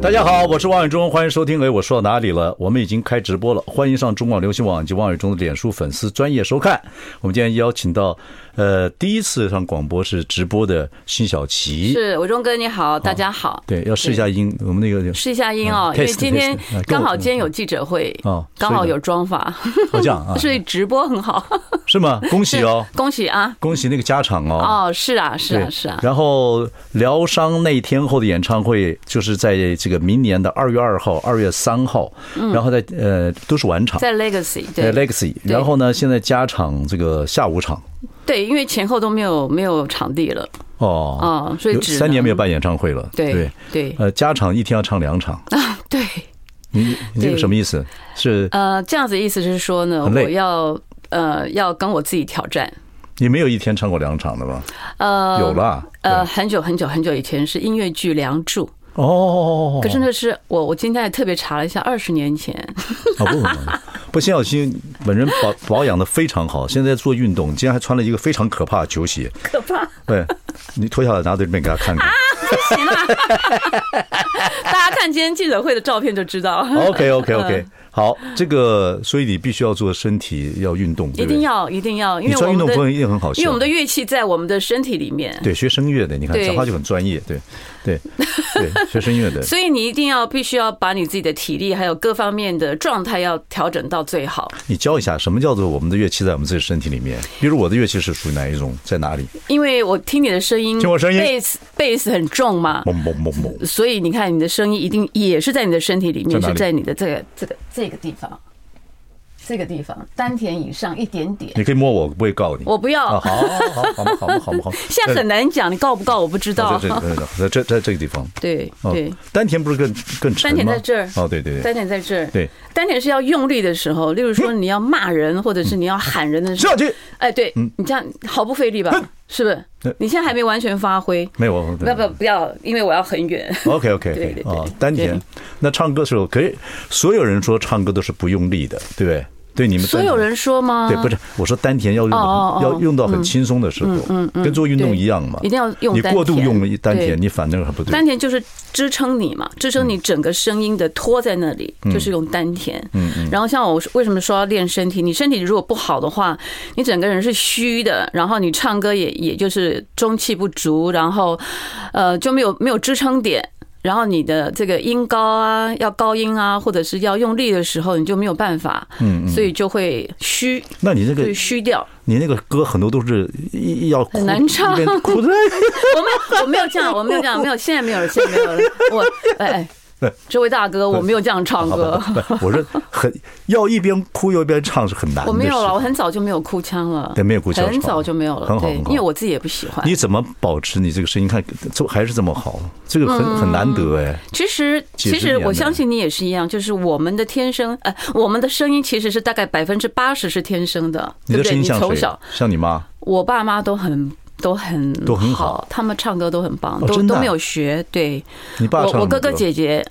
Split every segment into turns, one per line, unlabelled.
大家好，我是王伟忠，欢迎收听。哎，我说到哪里了？我们已经开直播了，欢迎上中广流行网以及王伟忠的脸书粉丝专业收看。我们今天邀请到，呃，第一次上广播是直播的辛晓琪。
是伟忠哥你好，大家好。
哦对，要试一下音，我们那个
试一下音哦，
嗯
因为
test，
今天
test，哎跟
刚
我
好今天有记者会
哦，
刚好有妆发，
好像 啊，
所以直播很好。
是吗？恭喜哦，
恭喜啊！
恭喜那个家长哦。
哦，是啊，是啊，
对
是啊。
然后疗伤那天后的演唱会就是在这个明年的二月二号、二月三号，然后在呃都是晚场，
嗯在 Legacy，
在
对
Legacy。然后呢，现在加场这个下午场
对，因为前后都没有没有场地了，
哦，
哦，所以
有
只
三年没有
能
办演唱会了。
对对
呃，加场一天要唱两场，
对。
你你这个
对
什么意思？是
呃，这样子意思是说呢，
很累
我要呃要跟我自己挑战。
你没有一天唱过两场的吗？
呃，
有啦，
呃，很久很久很久以前是音乐剧《梁祝》，
对哦，
可是那是我我今天还特别查了一下，二十年前。
啊不不不，不，辛晓琪本人保保养的非常好，现在做运动，今天还穿了一个非常可怕的球鞋，可怕。对，你脱下来拿对面给他看看。
大家看今天记者会的照片就知道，
OK OK OK，好，这个所以你必须要做身体要运动，对
一
不对
定。要一定要，因
你
为
穿
我
运
们
动
的
风一定很好笑，
因为我们的乐器在我们的身体里面，
对学声乐的，你看
对
讲话就很专业，对对对，学声乐的。
所以你一定要必须要把你自己的体力还有各方面的状态要调整到最好。
你教一下什么叫做我们的乐器在我们自己身体里面？比如我的乐器是属于哪一种，在哪里？
因为我听你的声音，
听我声音哦
贝斯贝斯很重嘛，
嘣嘣嘣嘣。
所以你看你的声音一定也是在你的身体里面，
在哪
是
里
在你的这个这个这个地方，这个地方丹田以上一点点。
你可以摸我，我不会告你。
我不要
啊，好好好好好好好好。
现在很难讲，你告不告我不知
哦
道。
在这在这在这个地方。
对
哦
对，，
丹田不是更更沉吗？
丹田在这儿
哦，对对对
丹田在这儿。
对，
丹田是要用力的时候，例如说你要骂人，或者是你要喊人的时
下
候，
去
哎，对
嗯
你这样毫不费力吧？是不
对
是？你现在还没完全发挥，
没有？我
不要不要不要，因为我要很远。
OK OK
对
OK
对对
啊，丹田。那唱歌的时候可以，所有人说唱歌都是不用力的，对不对？对你们
所有人说吗？
对，不是我说丹田要用
哦
到
哦哦嗯
要用到很轻松的时候，跟做运动一样嘛，
对一定要用
你
丹田
过度用丹田，
对嗯
你反正很不对
丹。田就是支撑你嘛，支撑你整个声音的托在那里，就是用丹田。嗯嗯。然后像我为什么说要练身体？你身体如果不好的话，你整个人是虚的，然后你唱歌也也就是中气不足，然后呃就没有没有支撑点。然后你的这个音高啊，要高音啊，或者是要用力的时候，你就没有办法，嗯，所以就会虚，
那你那
就
个
会虚掉。
你那个歌很多都是一一要哭
很难唱
一边 哭的。
我没有，我没有这样，我没有这 样，没有，现在没有了，现在没有了。我哎哎，这位大哥，我没有这样唱
好
歌
吧，，不我说很要一边哭又一边唱是很难的。
我没有
事
了，我很早就没有哭腔了，
对没有哭腔
很早就没有了，
很好
对
很，好
因为我自己也不喜欢。
你怎么保持你这个声音？看，这还是这么好，这个很
嗯
很难得哎。
其实，
几十
其实
年
我
了
相信你也是一样，就是我们的天生，呃，我们的声音其实是大概百分之八十是天生的，
你的
对不对？
声
你
音像
从
谁
小，？
像你妈？
我爸妈都很。都很
都很好
好，他们唱歌都很棒，
哦
都
真的
都
啊
没有学。对，
你爸唱
我我
什么
哥哥姐姐，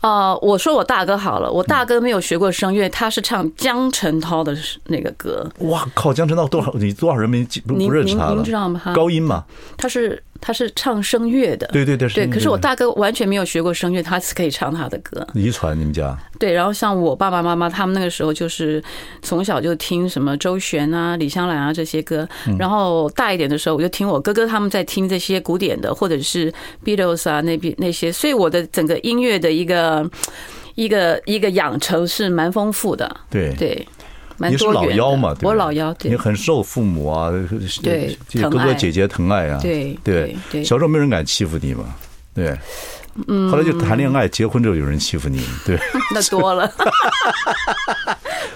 呃，我说我大哥好了，我大
嗯
哥没有学过声乐，他是唱江晨涛的那个歌，
哇靠！江晨道多少你多少人没记不
您
不认识
您
他
您
了？
知道吗？
高音嘛，
他是他是唱声乐的，
对对对
对。可是我
对
大哥完全没有学过声乐，他是可以唱他的歌，
遗传你们家
对。然后像我爸爸妈妈他们那个时候就是从小就听什么周璇啊、李香兰啊这些歌，
嗯
然后大一点的时候我就听我哥哥他们在听这些古典的或者是 Beatles 啊那边那些，所以我的整个音乐的一个。一个一个养成是蛮丰富的，
对。
对，蛮
你是
多元
老
的
幺嘛？对吧
我老幺，
你
对
很受父母啊，
对
这
疼
哥哥
爱
姐姐疼爱啊，
对
对
对对嗯
小时候没人敢欺负你嘛，对。 后来就谈恋爱、结婚之后有人欺负你，对。
那多了。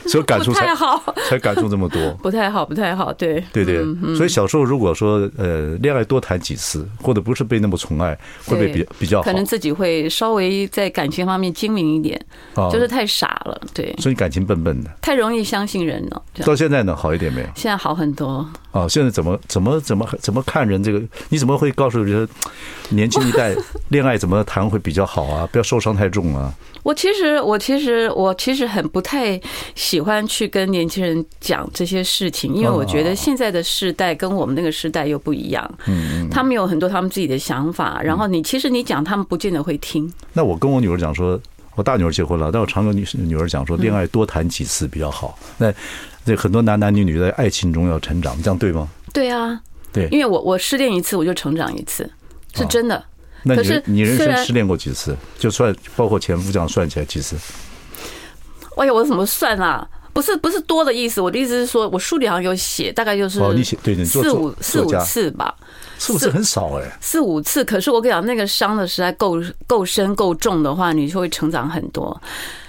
所以感触
不
才
太好，
才感触这么多。
不太好，不太好，对嗯
对对，所以小时候如果说呃恋爱多谈几次，或者不是被那么宠爱，会不会比
对
比较好
可？能自己会稍微在感情方面精明一点，
啊
就是太傻了，对，
所以感情笨笨的。
太容易相信人了。这样
到现在呢，好一点没有？
现在好很多，
啊，现在怎么怎么怎么怎么看人？这个你怎么会告诉人家嗯年轻一代恋爱怎么谈会比较好啊？不要受伤太重啊！
我其实，我其实，我其实很不太喜欢去跟年轻人讲这些事情，
哦
因为我觉得现在的世代跟我们那个时代又不一样。嗯他们有很多他们自己的想
嗯
法，然后你其实你讲，他们不见得会听。
那我跟我女儿讲说，我大女儿结婚了，但我常跟女女儿讲说，
嗯
恋爱多谈几次比较好。那这很多男男女女在爱情中要成长，这样对吗？
对啊，
对
因为我我失恋一次，我就成长一
哦
次，是真的。
那你
可是
人你人
虽
生
然
失恋过几次？就算包括前夫这样算起来几次？
哎呀，我怎么算啊？不是不是多的意思，我的意思是说，我书里好像有写，大概就是
哦你写对你作
四五
作
四五
作家
次吧。
是不是很少哎？
四五次，可是我跟你讲，那个伤的实在够够深够重的话，你就会成长很多。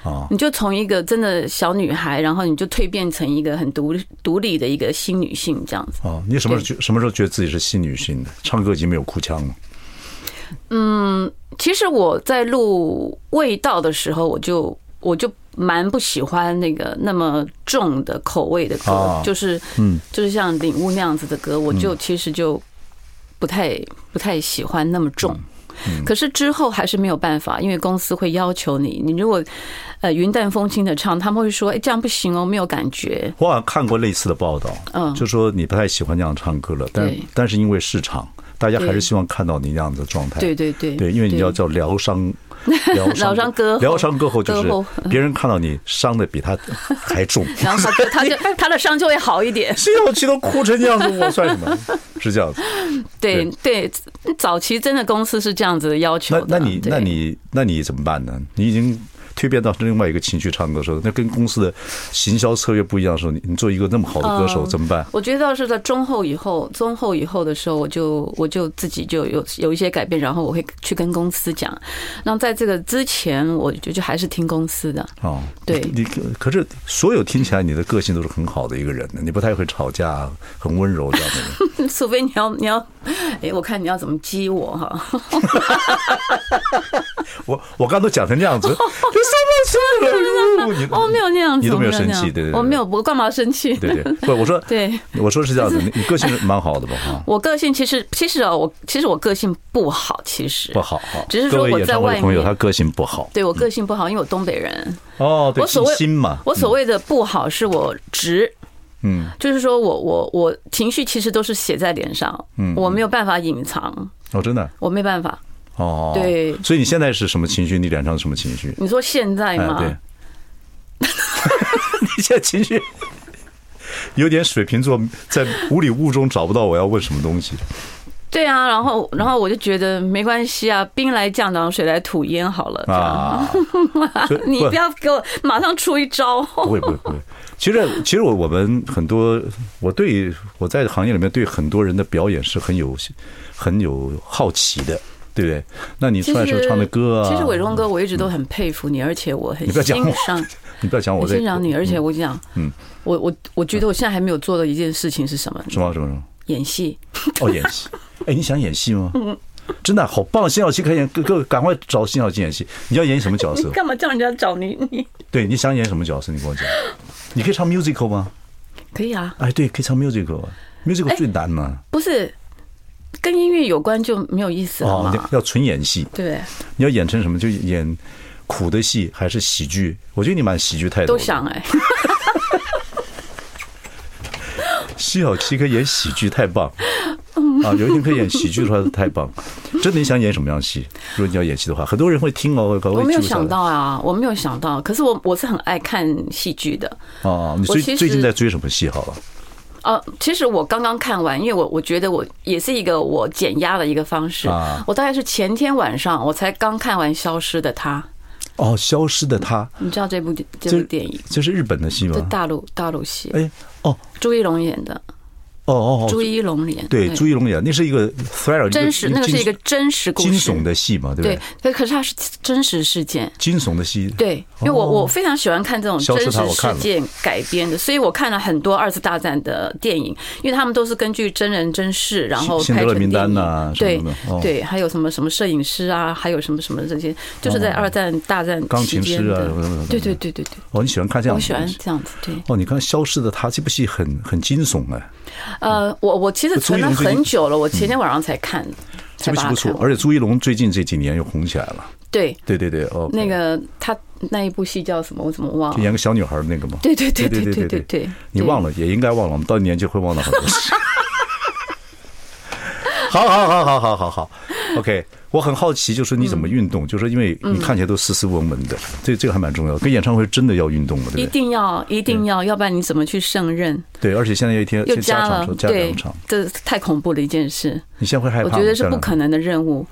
啊，
你就从一个真的小女孩，然后你就蜕变成一个很独独立的一个新女性这样子。
哦，你什么时候觉什么时候觉得自己是新女性的？唱歌已经没有哭腔了。
其实我在录《味道》的时候，我就我就蛮不喜欢那个那么重的口味的歌，
啊
就是
嗯
就是像《领悟》那样子的歌，我就其实就不太不太喜欢那么重。
嗯
可是之后还是没有办法，因为公司会要求你，你如果呃云淡风轻的唱，他们会说，哎、这样不行哦，没有感觉。
我好像看过类似的报道，
嗯
就说你不太喜欢那样唱歌了，但
对
但是因为市场，大家还
对
是希望看到你那样子的状态。
对对对，
哎对，因为你要叫疗伤，疗
疗伤歌后
疗伤歌后就
歌后
是别人看到你伤的比他还 重。
然后他他就他的伤就会好一点。
谁我气都哭成这样子，我算什么？是这样子。
对对，早期真的公司是这样子的要求
那那
的。
你
对
那你那你怎么办呢？你已经蜕变到另外一个情绪唱歌的时候，那跟公司的行销策略不一样的时候，你你做一个那么好的歌手
嗯
怎么办？
我觉得是在中后以后，中后以后的时候，我就我就自己就有有一些改变，然后我会去跟公司讲。那在这个之前，我就就还是听公司的。
哦，
对
你可可是所有听起来你的个性都是很好的一个人，你不太会吵架，很温柔这样的 人。
除非你要你要，哎，我看你要怎么激我哈。
我我刚都讲成那样子，这 什啊么事？你
哦，没有那样子，
你都没有
我那
生气
样
对对对
我没有，我干嘛生气？
对对，不，我说
对
我说是这样 子，你你个性是蛮好的吧？哈，
我个性其实其实哦，我其实我个性不好，嗯其实
不好哈。
只是说
各位
我
演
在
唱会
外
的朋友，
面
他个性不好。
对我个性不好，因为我东北人。
哦，对，
我所
静
谓
心嘛，
我所谓的不好是我直，
嗯，
就是说我我我情绪其实都是写在脸上，嗯，我没有办法隐藏，
哦，真的
我没办法。
哦。
对
所以你现在是什么情绪？你脸上是什么情绪？
你说现在
哎，
吗？
对， 你现在情绪有点水瓶座，在无里雾中找不到我要问什么东西。
对啊，然后然后我就觉得没关系啊，兵来将挡，水来土掩好了。这样
啊，所以
你不要给我马上出一招，
不会不会不会。其实其实我我们很多，我对我在行业里面对很多人的表演是很有很有好奇的，对不对？那你 出来时候唱的歌啊，嗯
其实伟忠哥，我一直都很佩服你，而且我很
你不要讲
欣
我
赏，
你不要 讲我
我
在
欣赏你，而且我讲，
嗯，
我我我觉得我现在还没有做的一件事情是什么？
什么什么什么
演戏。
哦，演戏。哎，你想演戏吗？真的啊好棒！辛晓琪可以演，各各赶快找辛晓琪演戏。你要演什么角 色？
干嘛叫人家找你？你
对，你想演什么角色？你跟 我讲。你可以唱 musical 吗？
可以啊，
哎，对，可以唱 musical 啊。musical
哎
最难嘛，
不是跟音乐有关就没有意思了
哦，
嘛
你，要纯演戏。
对不对？
你要演成什么？就演苦的戏还是喜剧？我觉得你蛮喜剧态度。
都想哎，
辛晓琪可以演喜剧，太 棒！啊，有一天可以演喜剧的话，太棒！真的，你想演什么样的戏？如果你要演戏的话，很多人会听哦，会
我没有
记录下来
想到啊，我没有想到。可是我我是很爱看戏剧的，
哦。你
我
最
其实
最近在追什么戏？好了，
呃，其实我刚刚看完，因为我我觉得我也是一个我减压的一个方式
啊。
我大概是前天晚上我才刚看完《消失的她》，
哦，《消失的她》
你知道这部这
这
部电影
这是日本的戏
是
吗？
大陆大陆戏，
哎，哦，
朱一龙演的。
哦哦，
朱
哦，
一龙脸，
对，朱一龙演，那是一个 thriller，
真实，那个是一个真实故事，
惊悚的戏嘛，对不
对
对？，
可可是它是真实事件。
惊悚的戏，
对，因为我我非常喜欢看这种
消失
真
塔
实
我看
事
了
件改编的，所以我看了很多二次大战的电影，因为他们都是根据真人真事，然后
辛辛
拍
德勒
成
名
电
单
影。
呐什
对
么的哦
对，还有什么什么摄影师啊，还有什么什么这些，就是在二战大战
钢
期
琴
间
师啊
的
什么什么什么
对对对对对，
哦，你喜欢看这样
我
的
喜
东
欢
西
这样子。对，
哦，你看《消失的她》这部戏很很惊悚哎，
呃，我我其实
朱一
存了
龙最近
很久了，我前天晚上才看，
这
才
部戏
把它
不
看
错，
完。
而且朱一龙最近这几年又红起来了。
对，
对对对，哦，
那个他那一部戏叫什么？我怎么忘
就
了？
演个小女孩儿那个嘛。
对对对
对对
对对对对，
你忘了也应该忘了，我们到年纪会忘到很多事。 好好好好好好好，OK。我很好奇，就是你怎
嗯
么运动？就是因为你看起来都斯斯文文的，这这个还蛮重要的。跟演唱会真的要运动嘛，对
一
不对？
定要一定要，要不然你怎么去胜任？
对，而且现在有一天
又
现在加
加
场
了
说，加
对
两场，，
这太恐怖的一件事，
你现在会害怕
我
吗？
觉得
加
是不
两场，
可能的任务。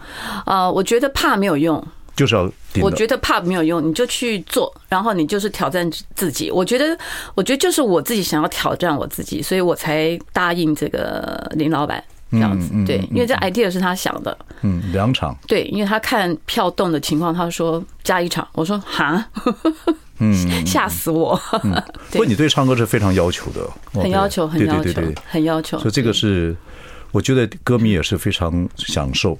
啊，我觉得怕没有用，
就是要顶
我
的
觉得怕没有用，你就去做，然后你就是挑战自己。我觉得，我觉得就是我自己想要挑战我自己，所以我才答应这个林老板这样子
嗯嗯。
对
嗯，
因为这 idea 是他想的，
嗯，两场
对，因为他看票动的情况，他说加一场，我说哈，嗯， 吓死我，
不过你对唱歌是非常要求的，嗯哦
很要
对
求，很要
对
求
对对对，，
很要求。
所以这个是我觉得歌迷也是非常享受。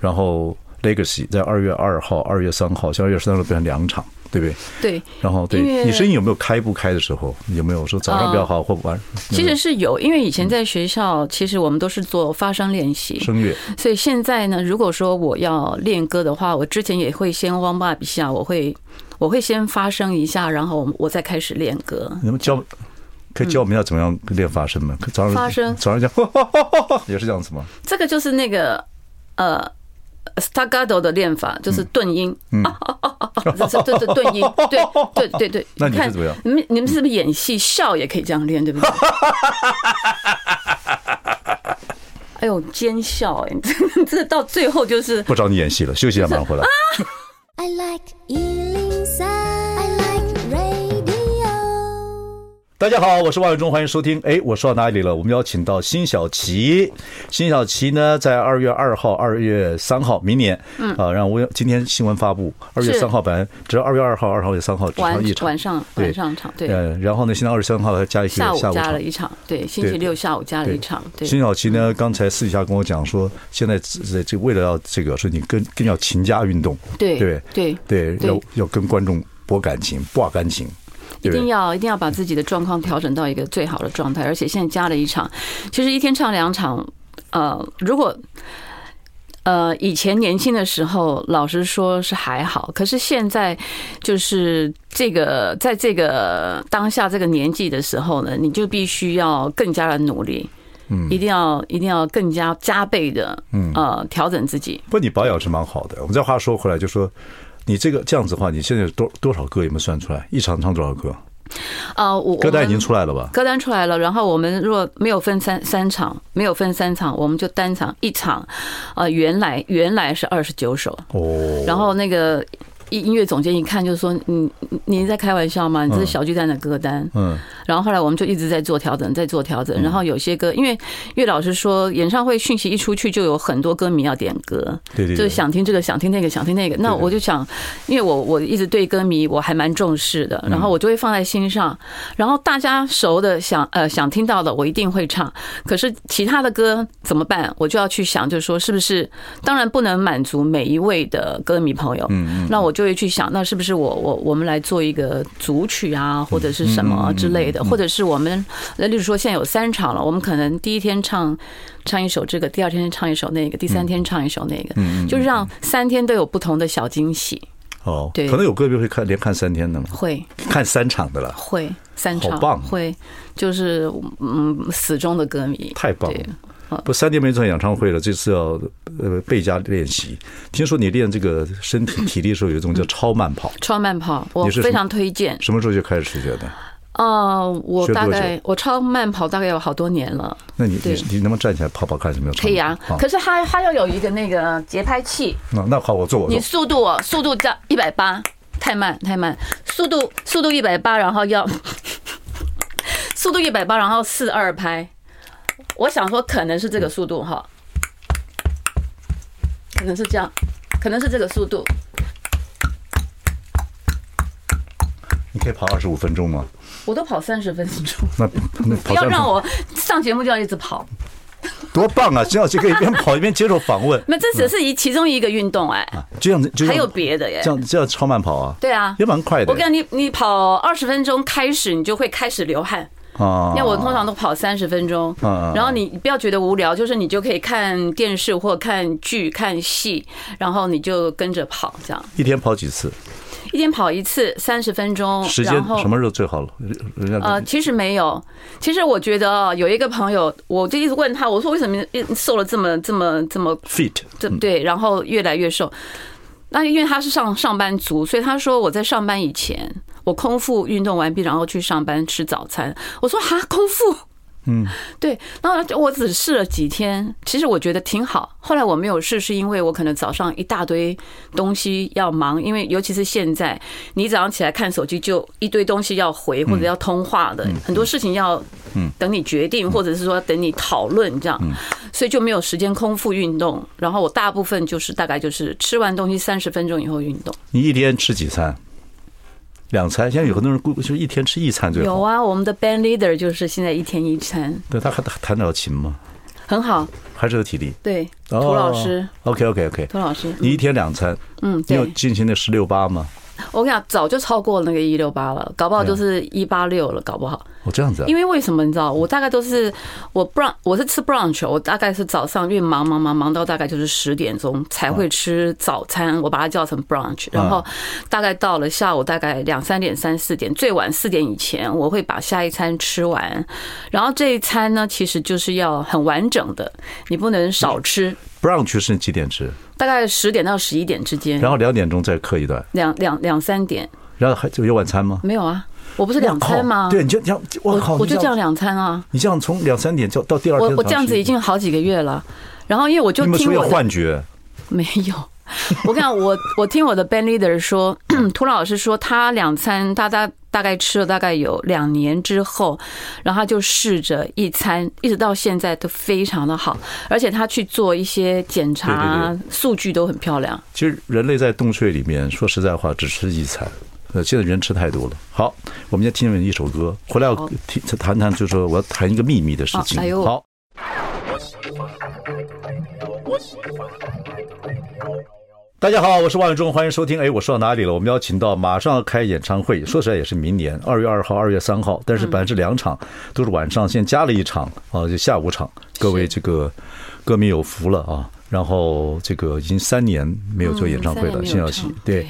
然后 Legacy 在二月二号、二月三号，像二月三号变成两场，对不对？
对，
然后
因为哦
对你声音有没有开不开的时候？有没有说早上比较好或晚？有
其
没有
实是有，因为以前在学校，其实我们都是做发声练习，
声乐
所以现在呢，如果说我要练歌的话，我之前也会先 warm up 一下，我会我会先发声一下，然后我我再开始练歌。
你们教可以教我们要怎么样练发声吗？可早上
发声
早上讲 哈哈哈哈哈也是这样子吗？
这个就是那个呃 staccato 的练法，就是
嗯
顿音，啊啊啊啊啊， 这是这是顿音，对对对对。
那你是
看
怎么样
你们你们是不是演戏笑也可以这样练，对 不对？哎呦，奸笑哎、你 这这到最后就是
不找你演戏了，休息一下马上回来。
I like Ealing Sound. I like radio.
大家好，我是王伟忠，欢迎收听。哎，我说到哪里了？我们邀请到辛晓琪。辛晓琪呢，在二月二号、二月三号，明年，嗯啊，让我今天新闻发布，二月
是
三号本来只要二月二号、二号、三号只
晚
上一场，
晚上
对
晚上场，对，
呃，然后呢，现在二十三号还加一个
下
午
午
场。
加了一场，对，星期
对
六下午加了
对
一场，对。
辛晓琪呢，刚才私底下跟我讲说，现在这这为了要这个，说你更更要勤加运动，
对
对
对
对，
对
要要跟观众博感情，博感情，
一
对不
定
对？
要一定要把自己的状况调整到一个最好的状态，而且现在加了一场，其实一天唱两场，呃，如果。呃，以前年轻的时候，老实说是还好，可是现在就是这个，在这个当下这个年纪的时候呢，你就必须要更加的努力，嗯，一定要一定要更加加倍的，嗯，呃，调整自己。
不过你保养是蛮好的。我们再话说回来，就说你这个这样子的话，你现在有多多少歌有没有算出来？一场唱多少歌？
呃，我
歌单已
我们
经出来了吧？
歌单出来了，然后我们若没有分三三场，没有分三场，我们就单场一场，呃，原来原来是二十九首，
哦，
然后那个音音乐总监一看就说：“你你你在开玩笑吗？你这是小巨蛋的歌单。”
嗯，
然后后来我们就一直在做调整，在做调整。然后有些歌，因为岳老师说，演唱会讯息一出去，就有很多歌迷要点歌，
对对对
就是想听这个，想听那个，想听那个。那
对对
我就想，因为我我一直对歌迷我还蛮重视
嗯
的，然后我就会放在心上。然后大家熟的想呃想听到的，我一定会唱。可是其他的歌怎么办？我就要去想，就是说是不是？当然不能满足每一位的歌迷朋友，嗯嗯，那我就会去想，那是不是我我我们来做一个组曲啊，或者是什么之类
嗯
的，或者是我们，呃例如说现在有三场了，我们可能第一天唱唱一首这个，第二天唱一首那个，第三天唱一首那个，
嗯
就是让三天都有不同的小惊喜，
哦，
对
可能有歌迷会看连看三天的嘛，
会
看三场的了，
会三
好
场
棒
会就是嗯死忠的歌迷，
太棒
对
了。不，三天没唱演唱会了，这次要呃倍加练习。听说你练这个身体体力的时候，有一种叫超慢跑，
超慢跑，我
你是什么
非常推荐。
什么时候就开始学的？
哦，我
学
大
多
概我超慢跑大概有好多年了。
那你你
对
你能不能站起来跑跑看有没有唱？
可以啊，可是它它要有一个那个节拍器，
那那好，我做我
你
做。
速度哦，速度加一百八，太慢太慢，速度速度一 百八，然后要速度一百八，然后四二拍，我想说可能是这个速度哈，可能是这样，可能是这个速度。
你可以跑二十五分钟吗？
我都跑三十分钟，
那那
不
跑三
要
分
让
钟
我上节目就要一直跑。
多棒啊！徐小琪可以一边跑一边接受访问，
那这只是一其中一个运动哎、
这样子就
还有
像
别的耶
嗯这。样这样超慢跑啊，
对啊
也，蛮快的。
我跟你，你跑二十分钟开始，你就会开始流汗。
啊，
因为我通常都跑三十分钟，
嗯
然后你你不要觉得无聊，就是你就可以看电视或看剧、看戏，然后你就跟着跑，这样
一天跑几次，
一天跑一次三十分钟，
时间
然后
什么时候最好了？人人
呃，
家
其实没有。其实我觉得啊有一个朋友，我就一直问他，我说为什么呃瘦了这么这么这么
fit
这对，然后越来越瘦。那因为他是上上班族，所以他说我在上班以前，我空腹运动完毕，然后去上班吃早餐。我说哈，空腹。嗯， 对，然后我只试了几天，其实我觉得挺好。后来我没有试，是因为我可能早上一大堆东西要忙，因为尤其是现在，你早上起来看手机就一堆东西要回或者要通话的，很多事情要等你决
嗯
定，或者是说等你讨论这样。所以就没有时间空腹运动。然后我大部分就是大概就是吃完东西三十分钟以后运动。
你一天吃几餐？两餐？现在有很多人估就是一天吃一餐最
有
好。
啊，我们的 band leader 就是现在一天一餐，
对，他还他弹得了琴吗？
很好。
还是有体力？
对，
哦
涂老师，。
OK OK OK，
涂老师，
你一天两餐，
嗯，
你有
对，
进行那十六八吗？
我跟你讲，早就超过那个一六八了，搞不好就是
啊
一八六了，搞不好。
哦，这样子啊
因。为为什么你知道？我大概都是我 brunch，我是吃 brunch，我大概是早上因为忙忙忙忙到大概就是十点钟才会吃早餐，我把它叫成 brunch，然后大概到了下午大概两三点、三四点，最晚四点以前我会把下一餐吃完，然后这一餐呢其实就是要很完整的，你不能少吃，
brunch 是几点吃？
大概十点到十一点之间
然，后两点钟再刻一段，
两两两三点
然后还就有晚餐吗？
没有啊，我不是两餐吗？
哇靠对，你就这样，我靠，
我我
你
就这样，两餐啊。
你这样从两三点叫到第二天早上
我我这样子
十一
已经好几个月了，然后因为我就
你们
听
说要
我的
幻觉，
没有，我跟你讲，我我听我的 band leader 说，涂老师说他两餐大大大概吃了大概有两年之后，然后他就试着一餐，一直到现在都非常的好，而且他去做一些检查
对，
数据都很漂亮。
其实人类在洞穴里面，说实在话，只吃一餐。呃，现在人吃太多了。好，我们先听一首歌，回来我
好
听谈谈，就是说我要谈一个秘密的事情
好哎。呦
好，大家好，我是万永忠，欢迎收听。哎，我说到哪里了？我们邀请到马上要开演唱会，说实在也是明年二月二号、二月三号，
嗯
但是本来是两场，都是晚上，现在加了一场啊，就下午场。各位这个歌迷有福了啊！然后这个已经三年没有做演唱会了，
嗯
辛
三年没
晓
有
琪
唱
对
对。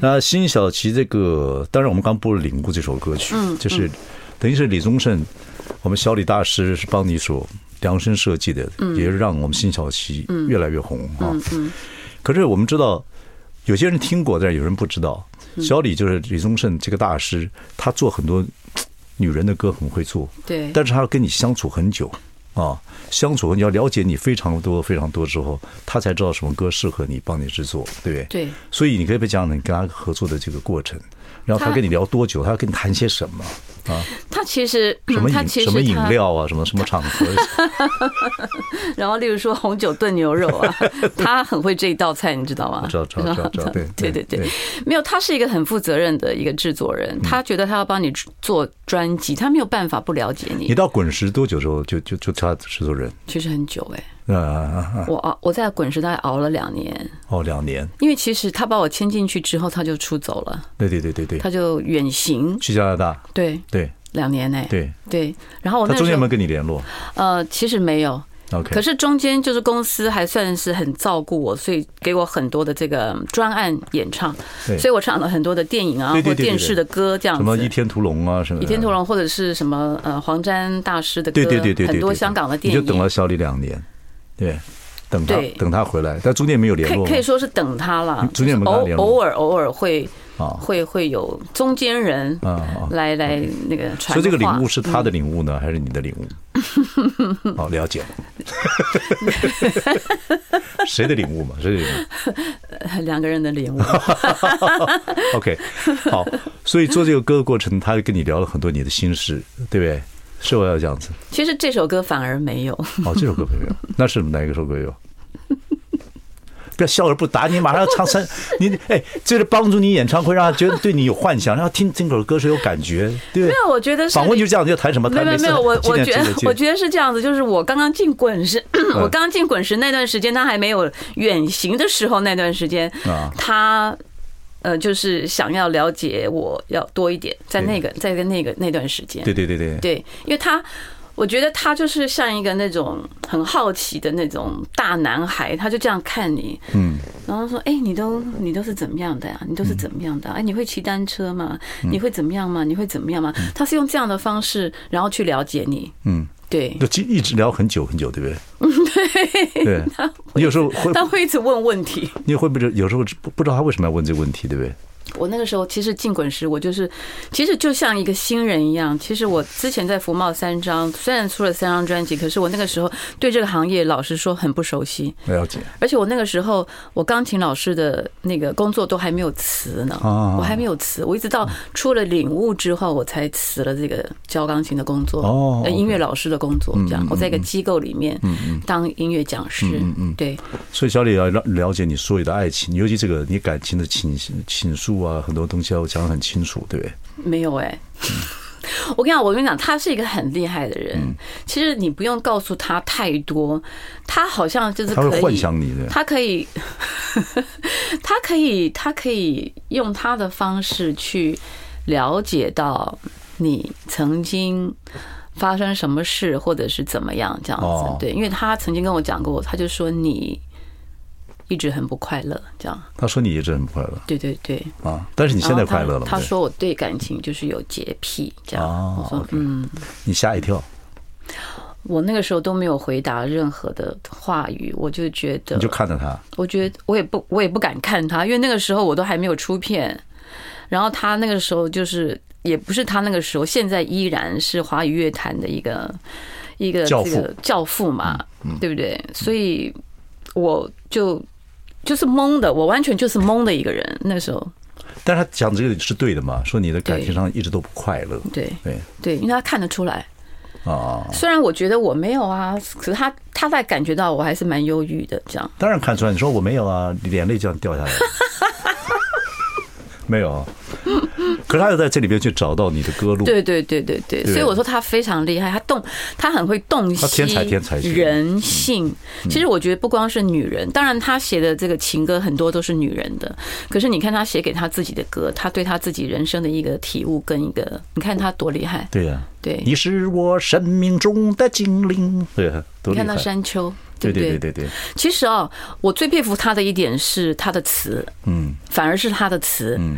那辛晓琪这个，当然我们刚播了《领悟》这首歌曲，
嗯
就是等于是李宗盛，我们小李大师是帮你所量身设计的，
嗯
也是让我们辛晓琪越来越红啊。可是我们知道，有些人听过，但是有人不知道。
嗯
小李就是李宗盛这个大师，他做很多女人的歌很会做，
对，
但是他要跟你相处很久啊，相处你要了解你非常多非常多之后，他才知道什么歌适合你，帮你制作，对不对？
对。
所以你可以不讲你跟他合作的这个过程，然后他
他
跟你聊多久，他要跟你谈些什么，
他其实
什么
嗯他
饮
其实
什么饮
他，
料啊，什么什么场 合，
然后例如说红酒炖牛肉 啊，他很会这一道菜，你知道吗？
知道知道知道知道，对
对对对，没有，他是一个很负责任的一个制作
嗯
人，他觉得他要帮你做专辑，他没有办法不了解
你
你。
到滚石多久之后就就就差制作人
其实很久哎、
啊啊啊
我熬我在滚石大概熬了两年，
哦两年，
因为其实他把我签进去之后，他就出走了，
对对对对对，
他就远行，
去加拿大，
对，
对
两年哎、
对，
对。然后我
他
哦那
中间
时
有没
候
有跟你联络
呃，其实没有，
？OK，
可是中间就是公司还算是很照顾我，所以给我很多的这个专案演唱，
对
所以我唱了很多的电影啊
对对
或
对对
电视的歌这样
什
子。
么倚天屠龙啊什么的，
倚天屠龙，或者是什么呃黄沾大师的歌，
对对对对对，
很多
对
香港的
你
电影，
就等了小李两年，对，等他
对
等他回来，但中间没有联
可以
络吗，
可以说是等他了
嗯，中间有没有跟他
偶
联络
偶尔偶尔会
啊
会会有中间人
啊啊！
来来那个传话，
所以这个领悟是他的领悟呢，还是你的领悟？好，了解了。 谁的领悟嘛？谁的领悟
两个人的 领悟。
？OK，好。所以做这个歌的过程，他就跟你聊了很多你的心事，对不对？是我要这样子。
其实这首歌反而没有，
哦，这首歌没有，那是哪一首歌有？不要笑而不答，你马上要唱三， 你哎，这是帮助你演唱会，让他觉得对你有幻想，让他听听首歌是有感觉，对不对
没？有，我觉得是
访问就这样，你要谈什么？
没有
谈
没有
每次
没有，我
纪
我
念
觉
纪
得
念纪
我
念
觉得是这样子，就是我刚刚进滚石，
嗯
我刚刚进滚石那段时间，他还没有远行的时候那段时间
啊，
他呃就是想要了解我要多一点，
嗯
在那个在跟那个那段时间，
对对对对，
对，因为他。我觉得他就是像一个那种很好奇的那种大男孩，他就这样看你，
嗯，
然后说：“哎、你都你都是怎么样的呀、你都是怎么样的、哎、你会骑单车吗？
嗯
你会怎么样吗？你会怎么样吗？”他是用这样的方式，然后去了解你。
嗯，
对，
就一直聊很久很久，对不 对？对，你有时候会，
他会一直问问题。
你会不知有时候不不知道他为什么要问这个问题，对不对？
我那个时候其实进滚石，我就是其实就像一个新人一样。其实我之前在福茂三张，虽然出了三张专辑，可是我那个时候对这个行业老实说很不熟悉，
了解，
而且我那个时候我钢琴老师的那个工作都还没有辞呢
哦，
我还没有辞，我一直到出了领悟之后，我才辞了这个教钢琴的工作，
哦
呃
OK 嗯
音乐老师的工作。这样，我在一个机构里面当音乐讲师，
嗯
对。
所以小李要了了解你所有的爱情，尤其这个你感情的倾倾诉啊，很多东西要讲得很清楚，对不对？
没有哎、
嗯
我跟你讲，我跟你讲，他是一个很厉害的
嗯
人。其实你不用告诉他太多，他好像就是
他
可以，
会幻想你的，
他可以， 他可以，他可以用他的方式去了解到你曾经发生什么事，或者是怎么样这样子。
哦
对，因为他曾经跟我讲过，他就说你一直很不快乐，这样。
他说你一直很快乐
对对对。
啊，但是你现在
然后他
快乐了，
他
对
说我对感情就是有洁癖，这样。
哦
我说
OK
嗯，
你吓一跳，
我那个时候都没有回答任何的话语，我就觉得
你就看着他，
我觉得我也不我也不敢看他，因为那个时候我都还没有出片，然后他那个时候就是也不是他那个时候，现在依然是华语乐坛的一个一个
教
这
父嗯
个教父嘛，对不对？所以我就就是懵的，我完全就是懵的一个人。那时候
但是他讲这个是对的嘛，说你的感情上一直都不快乐，
对
对
对，因为他看得出来，
啊，
虽然我觉得我没有啊，可是他他在感觉到我还是蛮忧郁的这样。
当然看出来，你说我没有啊，眼泪这样掉下来， 没有啊，可是他又在这里边去找到你的歌路，
对对对对对，
对
所以我说他非常厉害，他洞，他很会洞悉
他天才天才型嗯
人性。其实我觉得不光是女人，当然他写的这个情歌很多都是女人的，可是你看他写给他自己的歌，他对他自己人生的一个体悟跟一个，你看他多厉害，
对呀、
对，
你是我生命中的精灵，对啊，多
你
厉
看到
害。
山丘，
对
不
对对对，
其实哦，我最佩服他的一点是他的词，
嗯，
反而是他的词，嗯，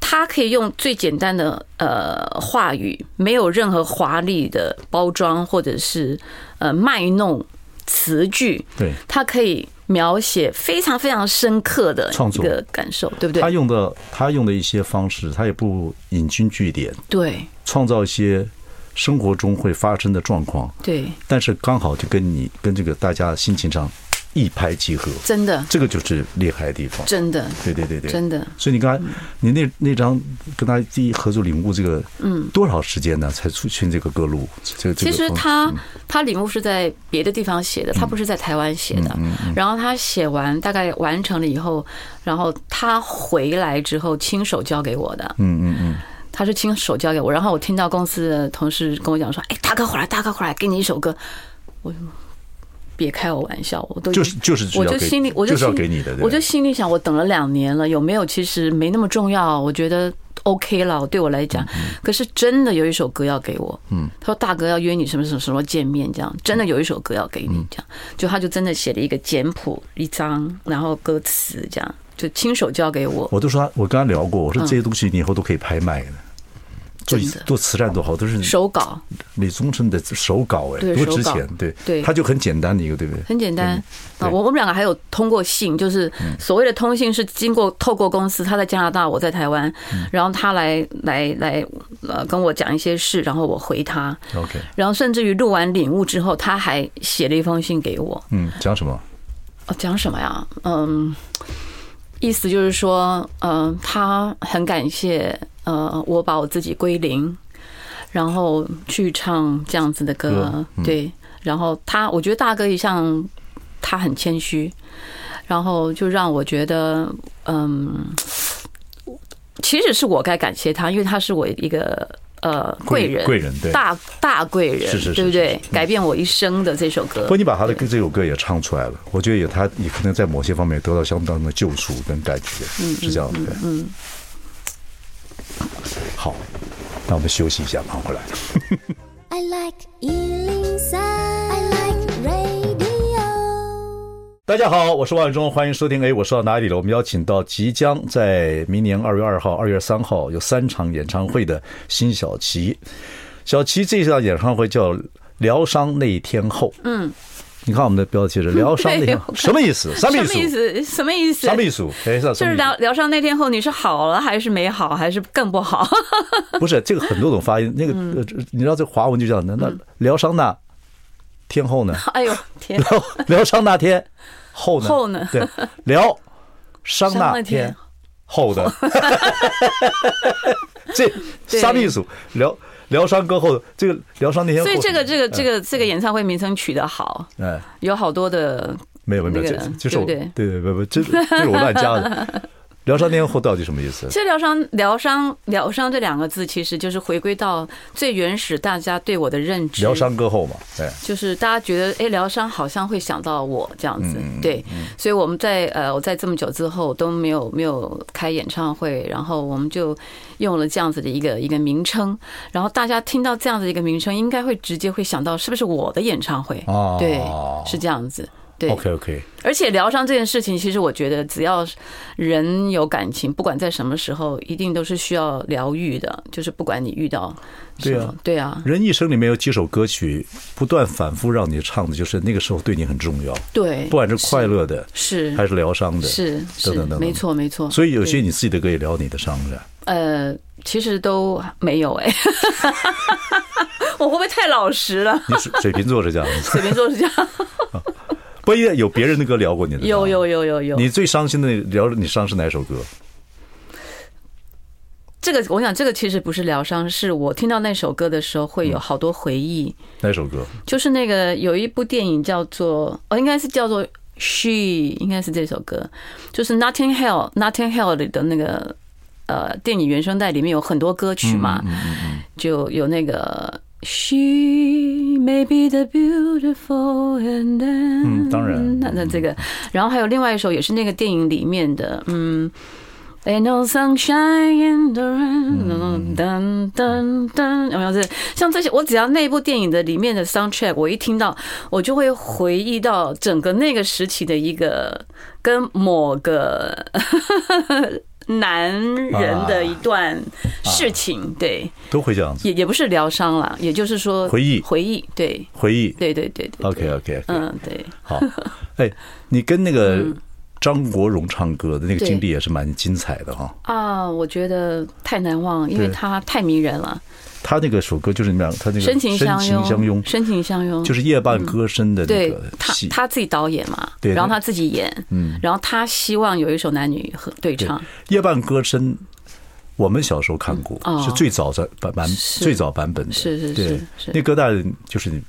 他可以用最简单的呃话语，没有任何华丽的包装或者是呃卖弄词句，
对
他可以描写非常非常深刻的
创
一
作
个感受，对不
他
对？
用的他用的一些方式，他也不引经据典，
对
创造一些生活中会发生的状况，
对，
但是刚好就跟你跟这个大家心情上一拍即合，
真的
这个就是厉害的地方。
真的
对对对对，
真的，
所以你刚才你那那张跟他第一合作领悟这个，嗯，多少时间呢？才出现这个歌路？这个这个
其
嗯
实
风
他他领悟是在别的地方写
嗯
的，他不是在台湾写的。然后他写完大概完成了以后，然后他回来之后亲手交给我的。
嗯嗯嗯，
他是亲手交给我，然后我听到公司的同事跟我讲说：“哎，大哥回来，大哥回来，给你一首歌。”我别开我玩笑，我都已经
就是就是只
我
要
就
给
心里，我
就是要
心
给你的，对
我就心里想，我等了两年了，有没有其实没那么重要，我觉得 OK 了，对我来讲。
嗯
可是真的有一首歌要给我，嗯，他说大哥要约你什么什么什么见面，这样
嗯
真的有一首歌要给你，这样就他就真的写了一个简谱一张，然后歌词这样就亲手交给我，
我都说他，我跟他聊过，我说这些东西你以后都可以拍卖的，做
嗯真的
做慈善多好，都是
手稿
李宗盛的手稿哎，
对
多
手
值
稿
钱，对，
对
他就很简单的一个，对不对？
很简单
对嗯
啊。我我们两个还有通过信，就是所谓的通信是经过透过公司，他在加拿大，我在台湾，
嗯
然后他来来来呃跟我讲一些事，然后我回他，
OK，
然后甚至于录完领悟之后，他还写了一封信给我，
嗯，讲什么？
哦，讲什么呀？嗯，意思就是呃说，嗯、他很感谢，呃，我把我自己归零，然后去唱这样子的歌
歌，嗯
对。然后他，我觉得大哥一向他很谦虚，然后就让我觉得，嗯，其实是我该感谢他，因为他是我一个呃贵人，
贵人对
大大贵人，
是是是
对不
是嗯
对？改变我一生的这首歌
不，过你把他的这首歌也唱出来了，我觉得也他也可能在某些方面得到相当的救赎跟感觉，是这样的。嗯，
嗯
好，那我们休息一下，马上回来。
I like Ealing Sound. I like radio.
大家好，我是万永忠，欢迎收听。哎，我说到哪里了？我们邀请到即将在明年二月二号、二月三号有三场演唱会的辛晓琪。小琪这场演唱会叫《疗伤那天后》。嗯，你看我们的标题是“疗伤那天 后”，什么意思？什么
什
意
么意
思？
思？什么意思？
什么意思？哎，什么意思
就是疗疗伤那天后，你是好了还是没好，还是更不好？
不是这个很多种发音，那个
嗯
呃，这你知道这华文就这样的。那疗伤那天后 呢？
哎呦天！
疗疗伤那天后呢？
后呢
对，疗伤
伤
那天
那天
后 呢？这
对
啥意思？疗疗伤歌后，这个疗伤那天后
所
呢，
以这个这个
嗯
这个这个演唱会名称取得好，
哎，
有好多的
没有没有没有，
那
这
个
这是我
对
对对
不
不不，这这是我乱加 的。疗伤那天后到底什么意思？
其实疗伤、疗伤、疗伤这两个字，其实就是回归到最原始大家对我的认知。
疗伤歌后嘛，哎，
就是大家觉得，哎，疗伤好像会想到我这样
嗯
子，对，所以我们在呃，我在这么久之后都没有没有开演唱会，然后我们就用了这样子的一个一个名称，然后大家听到这样子的一个名称，应该会直接会想到是不是我的演唱会？
哦
对，是这样子。对，
，OK OK，
而且疗伤这件事情，其实我觉得只要人有感情，不管在什么时候，一定都是需要疗愈的，就是不管你遇到什
对啊
么，对啊，
人一生里面有几首歌曲不断反复让你唱的，就是那个时候对你很重要，
对，啊
不管是快乐的
是
还是疗伤的，
是
等
是
等等，等
没。错没错。
所以有些
对
你自己的歌也疗你的伤是吧？
呃，其实都没有哎、 我会不会太老 实了？
你水水瓶座是这样子，
水瓶座是这样，
不也有别人的歌疗过你的伤？
有。有有有有。
嗯你最伤心的疗你伤是哪首歌？
这个我想，这个其实不是疗伤，是我听到那首歌的时候
嗯
会有好多回忆，
哪首歌？
就是那个有一部电影叫做，哦，应该是叫做《She》，应该是这首歌，就是《Nothing Hill》《Nothing Hill》里的那个呃电影原声带里面有很多歌曲嘛，
嗯
就有那个 She may be the beautiful and then，
嗯当然
那那这个，然后还有另外一首也是那个电影里面的，嗯。Ain't no sunshine in the
嗯
rain，噔噔噔，有没有这像这些？我只要那部电影的里面的 soundtrack，我一听到，我就会回忆到整个那个时期的一个跟某个 男人的一段事情，对，
都会这样子，
也也不是疗伤啦，也就是说
回忆
回忆，对，
回忆。
对对对对
OK OK，
嗯，对，
好。 哎，你跟那个张国荣唱歌的那个经历也是蛮精彩的哈。
啊，我觉得太难忘，因为
对
他太迷人了，
他那个首歌就是你们俩，他那个
深情相
深情相
拥，
拥，
深情相拥，
就是夜半歌声的那
对
个
他
戏。
他自己导演嘛，
对
然后
对
他自己演，
嗯，
然后他希望有一首男女合对
对
唱，，
夜半歌声，我们小时候看过，
嗯哦
是最早的版版
是
最早版本的，
是是
对
是是
那歌带就是你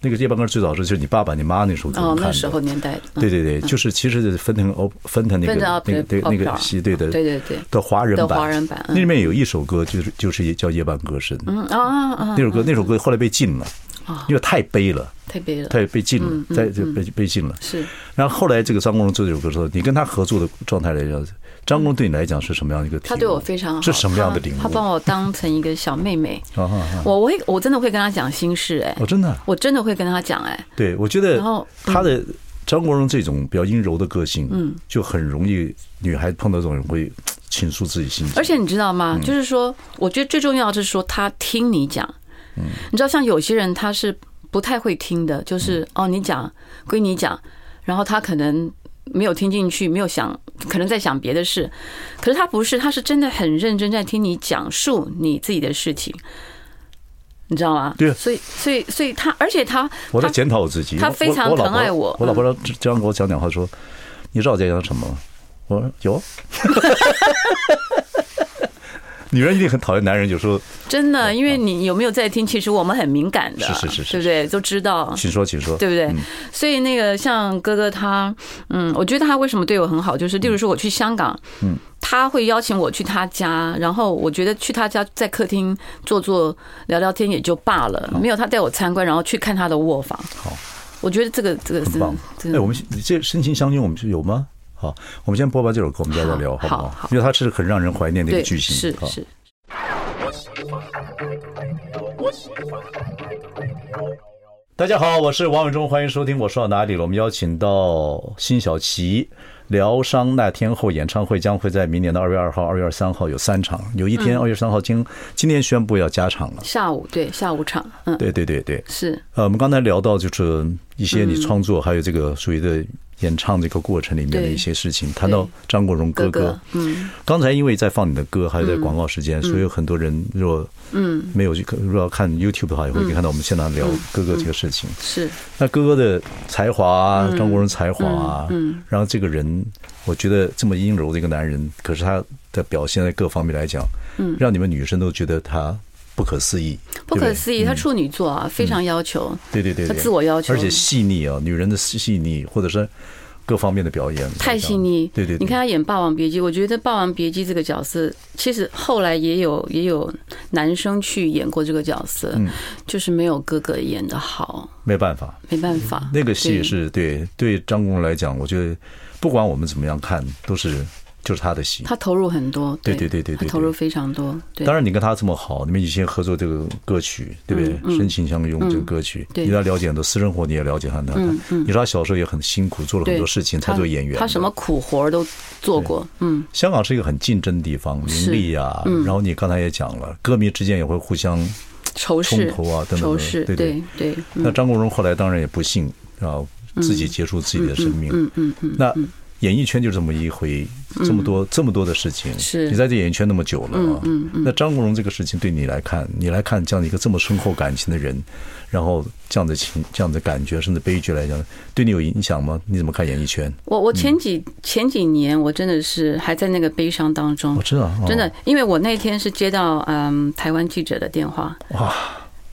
那个夜半歌最早是就是你爸爸你妈那时候给我
哦
们，看
那
的
时候年代，嗯
对对对，就是其实是芬腾欧芬腾那个
芬腾
那
奥
个对那个戏对的
对对对
的华人
的
版
华人版
那
嗯
里面有一首歌就是就是叫夜半歌声，
嗯哦嗯啊啊啊
那，首歌那首歌后来被禁了，因为太悲了，
太悲了，
它也被禁
嗯
了，在就被被禁了。
是
然后后来这个张国荣做这首歌的时候，你跟他合作的状态来讲，张国荣对你来讲是什么样的一个体悟？
他对我非常好，
是什么样的
他
领悟？
他帮我当成一个小妹妹，
啊啊啊！
我我会我真的会跟他讲心事，哎
我、，真的啊，
我真的会跟他讲，哎，
对我觉得
然后嗯
他的张国荣这种比较阴柔的个性，嗯，就很容易女孩碰到这种人会倾诉自己心情，
而且你知道
嗯
吗？就是说，我觉得最重要的是说他听你讲。
嗯
你知道，像有些人他是不太会听的，就是
嗯
哦，你讲归你讲，然后他可能没有听进去，没有想，可能在想别的事。可是他不是，他是真的很认真在听你讲述你自己的事情，你知道吗？
对
所以，所以，所以他，而且他，
我在
他
检讨我自己，
他
我
非常
我老
疼
婆
爱我嗯
我老婆这样跟我讲讲话说：“ 你知道我在讲什么吗？”我说：“有。” 女人一定很讨厌男人，有时候
真的，因为你有没有在听，其实我们很敏感的，
嗯是是是是
对不对？都知道，
请说，请说。
对不对？所以那个像哥哥他，嗯，我觉得他为什么对我很好，就是例如说我去香港，嗯，他会邀请我去他家，然后我觉得去他家在客厅坐坐聊聊天也就罢了，没有他带我参观，然后去看他的卧房。
好，
我觉得这个这个
很
是
棒。
真
哎，
的
我。们先这深情相拥，我们是有吗？好，我们先播吧，这首歌，我们再来聊，好
好
不好
好？
因为它是很让人怀念的一个
对，
剧情。
是
好
是，
大家好，我是王伟忠，欢迎收听《我说到哪里了》。我们邀请到辛晓琪，疗伤那天后演唱会将会在明年的二月二号、二月二三号有三场，有一
嗯
天二月三号今今天宣布要加场了。
下午对下午场，嗯，
对对对对，
是
呃，我们刚才聊到就是一些你创作，还有这个属于的演唱这个过程里面的
对
一些事情，谈到张国荣哥
哥
哥
哥，，嗯，
刚才因为在放你的歌，还有在广告时间，所以有很多人如果嗯没有去如果要看 YouTube 的话，也
嗯
会可以看到我们现场聊哥哥这个事情。
是
那哥哥的才华啊，
嗯
张国荣才华啊，然后这个人，我觉得这么阴柔的一个男人，可是他的表现在各方面来讲，嗯，让你们女生都觉得他不可思议，
不可思
对不
议。
对嗯
他处女座啊，非常要求，
对对对对，
他自我要求
而且细腻啊，女人的细腻，或者是各方面的表演，
太细腻。
对对对
你看他演《霸王别姬》，我觉得《霸王别姬》这个角色，其实后来也有也有男生去演过这个角色，
嗯
就是没有哥哥演的好，
没办法，
没办法。
嗯那个戏
对
是对对张国荣来讲，我觉得不管我们怎么样看，都是就是他的戏。
他投入很多，
对对对对对
他投入非常多。对
当然，你跟他这么好，你们以前合作这个歌曲，对不对？
嗯
深情相拥这个歌曲，
对嗯
你对他了解很多，私生活你也了解很多。你说他小时候也很辛苦，做了很
对
多事情才
他
做演员的。
他什么苦活儿都做过，嗯，
香港是一个很竞争的地方，名利啊，然后你刚才也讲了，歌迷之间也会互相。
仇
冲
视
突啊等等等等
仇视，
对对
对对，嗯
那张国荣后来当然也不幸啊，自己结束自己的生命。嗯嗯嗯。那演艺圈就这么一回，这么多这么多的事情。
嗯是
你在这演艺圈那么久了啊。嗯嗯。那张国荣这个事情对你来看，你来看这样的一个这么深厚感情的人，然后这样的情、这样的感觉，甚至悲剧来讲，对你有影响吗？你怎么看演艺圈？
我我前几前几年，我真的是还在那个悲伤当中
我，知道，哦
真的，因为我那天是接到嗯台湾记者的电话，
哇，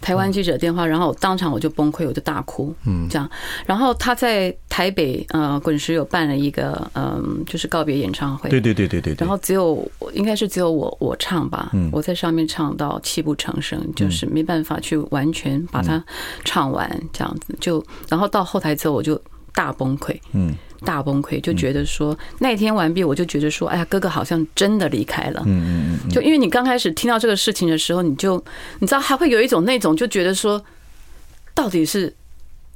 台湾记者电话，然后我当场我就崩溃，我就大哭，嗯，这样。然后他在台北呃滚石有办了一个嗯、就是告别演唱会，
对对对对对对。
然后只有我应该是只有我我唱吧，我在上面唱到泣不成声，就是没办法去完全把它唱完这样子。就然后到后台之后，我就大崩溃，
嗯，
大崩溃，就觉得说那一天完毕，我就觉得说，哎呀，哥哥好像真的离开了，嗯嗯嗯，就因为你刚开始听到这个事情的时候，你就你知道还会有一种那种就觉得说，到底是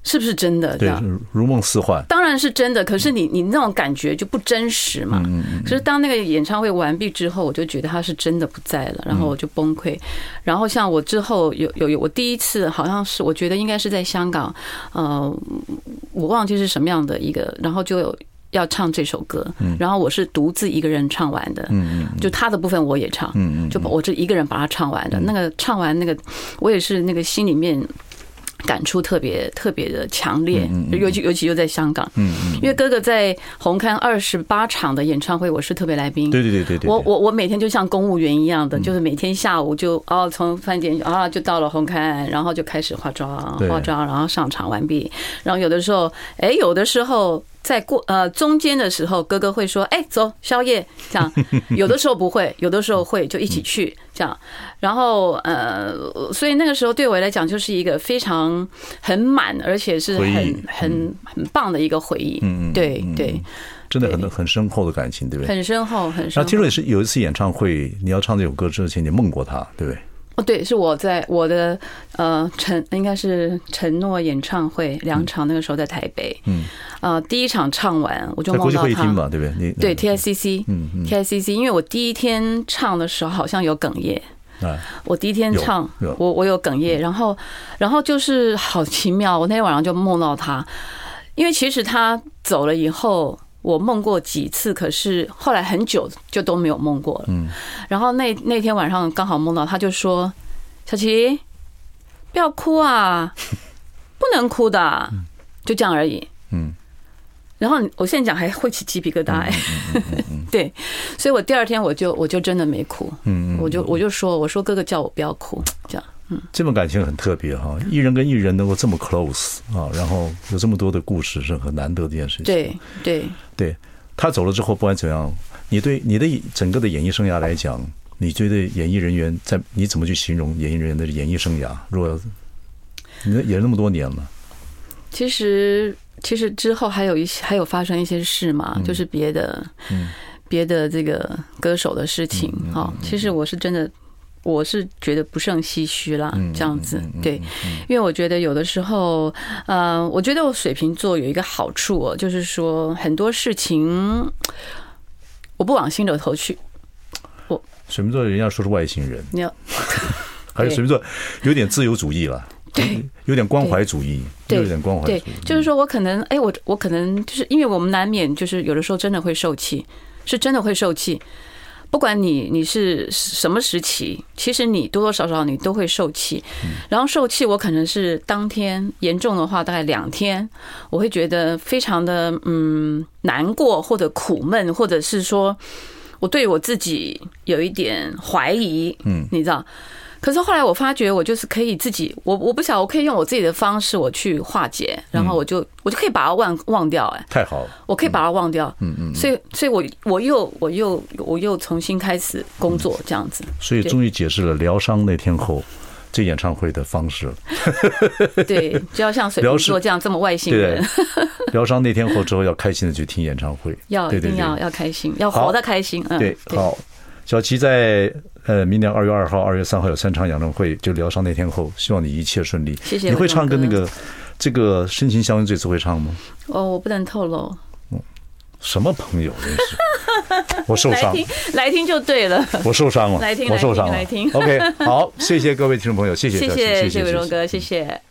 是不是真的这
对
样？，
如梦似幻。
当然是真的，可是你你那种感觉就不真实嘛。可是当那个演唱会完毕之后，我就觉得他是真的不在了，然后我就崩溃。然后像我之后有有有，我第一次好像是我觉得应该是在香港，呃，我忘记是什么样的一个，然后就有。要唱这首歌，然后我是独自一个人唱完的，就他的部分我也唱，就把我这一个人把它唱完的。那个唱完那个，我也是那个心里面感触特别特别的强烈，尤其尤其又在香港，因为哥哥在红磡二十八场的演唱会，我是特别来宾，
对对对对对。嗯
我我我每天就像公务员一样的，就是每天下午就哦从饭店啊就到了红磡，然后就开始化妆
对，
化妆，然后上场完毕，然后有的时候，哎，有的时候。在过呃中间的时候，哥哥会说：“哎、走宵夜。” 这样，有的时候不会，有的时
嗯
候会，就一起去这样。然后呃，所以那个时候对我来讲，就是一个非常很满，而且是
回忆
很很很棒的一个回忆。
嗯嗯嗯
对对，
真的很
对
很深厚的感情，对不对？
很深厚，很深
然
厚
后。听说也是有一次演唱会，你要唱这首歌之前，你梦过他，对不对？
哦，对，是我在我的呃承应该是承诺演唱会
嗯
两场，那个时候在台北，嗯，呃，第一场唱完我就
在国
梦
际
到
会议厅
他，
吧，对不对？你嗯
对 TICC，嗯 TICC，因为我第一天唱的时候好像有哽咽，
啊，
我第一天
有
唱
有，嗯
我我有哽咽，然后然后就是好奇妙，我那天晚上就梦到他，因为其实他走了以后，我梦过几次，可是后来很久就都没有梦过了。嗯，然后那那天晚上刚好梦到他，就说：“小琪，不要哭啊， 不能哭的，就这样而已。”
嗯，嗯
然后我现在讲还会起鸡皮疙瘩、哎 对，所以我第二天我就我就真的没哭，
嗯嗯
我就我就说我说哥哥叫我不要哭，这样，嗯，
这份感情很特别哈，艺人跟艺人能够这么 close 啊，然后有这么多的故事是很难得的一件事情。
对对，
对他走了之后，不管怎样，你对你的整个的演艺生涯来讲，你觉得演艺人员在你怎么去形容演艺人员的演艺生涯？如果你演了那么多年了，
其实其实之后还有一些还有发生一些事嘛，就是别的，别的这个歌手的事情哈、其实我是真的，我是觉得不胜唏嘘啦，这样子对，因为我觉得有的时候，呃，我觉得我水瓶座有一个好处哦，就是说很多事情我不往心里头去，
水瓶座人家说是外星人，
你要
还是水瓶座有点自由主义了，
对。
有点关怀主义，
对
有点关怀
对
主义，，
就是说我可能，哎，我我可能就是因为我们难免就是有的时候真的会受气，是真的会受气。不管你你是什么时期，其实你多多少少你都会受气。然后受气，我可能是当天严重的话，大概两天，我会觉得非常的嗯难过或者苦闷，或者是说我对我自己有一点怀疑，嗯，你知道。可是后来我发觉，我就是可以自己，我我不晓得我可以用我自己的方式我去化解，然
嗯
后我就我就可以把它忘忘掉、哎，
太好了。
我可以把它忘掉，嗯嗯，所以所以我我又我又我又重新开始工作
嗯
这样子，
所以
对
终于解释了疗伤那天后这演唱会的方式了。
对，就要像水瓶座这样这么外星
对
人，，
疗伤那天后之后要开心的去听演唱会，
要
对
一
对对
定要要开心，要
好
活得开心，嗯，
对，好，小齐在呃明年二月二号、二月三号有三场演唱会，就疗伤那天后，希望你一切顺利。
谢谢
你会
文
唱
章
跟那
哥
个这个深情相拥这次会唱吗？
哦，我不能透露，
什么朋友真是， 我受
来
伤，
听来听就对了，
我受伤了
来听，
我
来
受
听
伤了
来听。
OK，好，谢谢各位听众朋友，谢谢
谢
小齐，
谢
谢
谢伟荣哥，谢谢。